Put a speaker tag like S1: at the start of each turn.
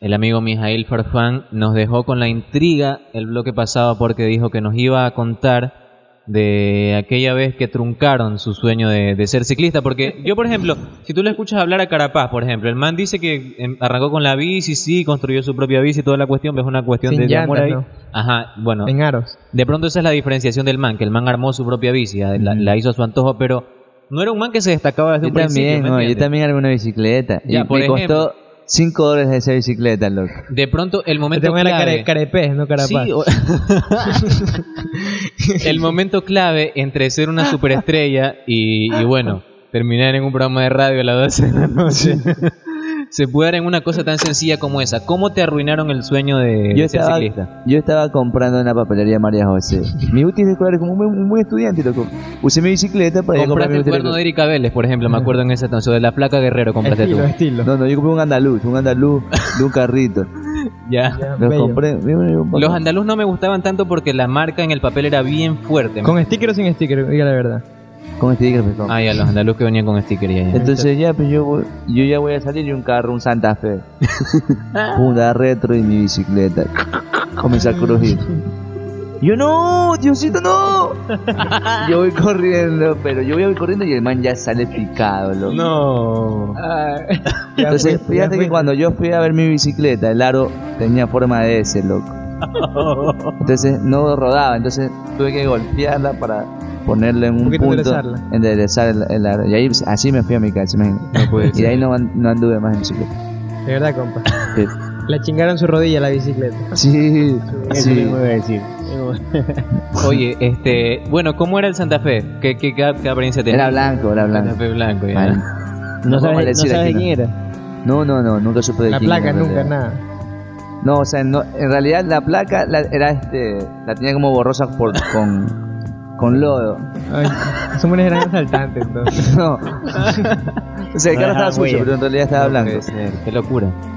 S1: El amigo Mijail Farfán nos dejó con la intriga el bloque pasado porque dijo que nos iba a contar de aquella vez que truncaron su sueño de, de ser ciclista. Porque yo, por ejemplo, si tú le escuchas hablar a Carapaz, por ejemplo, el man dice que em, arrancó con la bici, sí, construyó su propia bici, toda la cuestión, pero es una cuestión
S2: Sin
S1: de de amor
S2: llantas,
S1: ahí.
S2: ¿no?
S1: Ajá, bueno,
S2: En aros.
S1: de pronto esa es la diferenciación del man, que el man armó su propia bici, ah, la, la- la hizo a su antojo, pero no era un man que se destacaba desde
S3: Yo
S1: un principio.
S3: también,
S1: ¿me
S3: no, yo
S1: entiendes?
S3: también armé una bicicleta.
S1: Ya,
S3: y
S1: por
S3: me costó 5 dólares esa bicicleta, loco.
S1: De pronto el
S2: Te
S1: momento
S2: tengo la
S1: clave,
S2: care, carepés, no carapaz.
S1: Sí, o- el momento clave entre ser una superestrella y, y, bueno, terminar en un programa de radio a las 12 de la noche. Se puede dar en una cosa tan sencilla como esa. ¿Cómo te arruinaron el sueño de,
S3: Yo
S1: de ser
S3: estaba,
S1: ciclista?
S3: yo estaba comprando en la papelería María José. Mi útil escolar, como un buen, un buen estudiante, loco. Usé mi bicicleta para ir a comprar
S1: Compraste
S3: mi
S1: el
S3: útil
S1: cuerno de Erika Vélez, por ejemplo, me acuerdo en ese entonces, de la placa Guerrero compraste tú.
S2: estilo, estilo.
S3: No, no, yo compré un andaluz, un andaluz de un carrito.
S1: Ya.
S2: Ya,
S3: Lo
S2: bello.
S3: compré. mira, mira, un
S1: Los
S3: papel.
S1: andaluz no me gustaban tanto porque la marca en el papel era bien fuerte.
S2: ¿Con sticker o sin sticker? Diga la verdad.
S3: Con sticker, pues, con-
S1: Ah, ya, los andaluz que venían con sticker. ya, ya.
S3: Entonces ya, pues yo, voy- yo ya voy a salir y un carro, un Santa Fe. Una retro y mi bicicleta. Comencé a crujir. Yo no, Diosito, no. Yo voy corriendo, pero yo voy corriendo y el man ya sale picado, loco.
S2: No.
S3: Entonces, fíjate que cuando yo fui a ver mi bicicleta, el aro tenía forma de ese, loco. Entonces no rodaba, entonces tuve que golpearla para ponerle en un
S2: poquito
S3: punto,
S2: enderezarla.
S3: enderezar el, el aro. Y ahí pues, así me fui a mi casa, imagínate.
S1: puede
S3: y de ahí no, an- no anduve más en bicicleta.
S2: De verdad, compa.
S3: Sí.
S2: La chingaron su rodilla la bicicleta.
S3: Sí,
S4: Eso
S3: sí.
S4: mismo iba a decir.
S1: Oye, este, bueno, ¿cómo era el Santa Fe? ¿Qué, qué, qué apariencia tenía?
S3: Era blanco, era
S1: Santa
S3: blanco.
S1: Fe blanco, ya.
S3: Mal.
S4: No
S3: vamos a
S4: sabes,
S3: decir
S4: no sabes
S3: aquí,
S4: quién era.
S3: No, no, no, nunca supe de
S2: La
S3: quién
S2: placa
S3: era, en
S2: nunca,
S3: realidad.
S2: nada.
S3: No, o sea, no, en realidad la placa la, era este, la tenía como borrosa por, con, con lodo.
S2: Ay, somos unos grandes asaltantes, entonces.
S3: No. o sea,
S4: No
S3: el carro
S4: dejaba
S3: estaba sucio,
S4: huella.
S3: pero en realidad estaba
S1: No
S3: blanco.
S1: puede ser, Qué locura.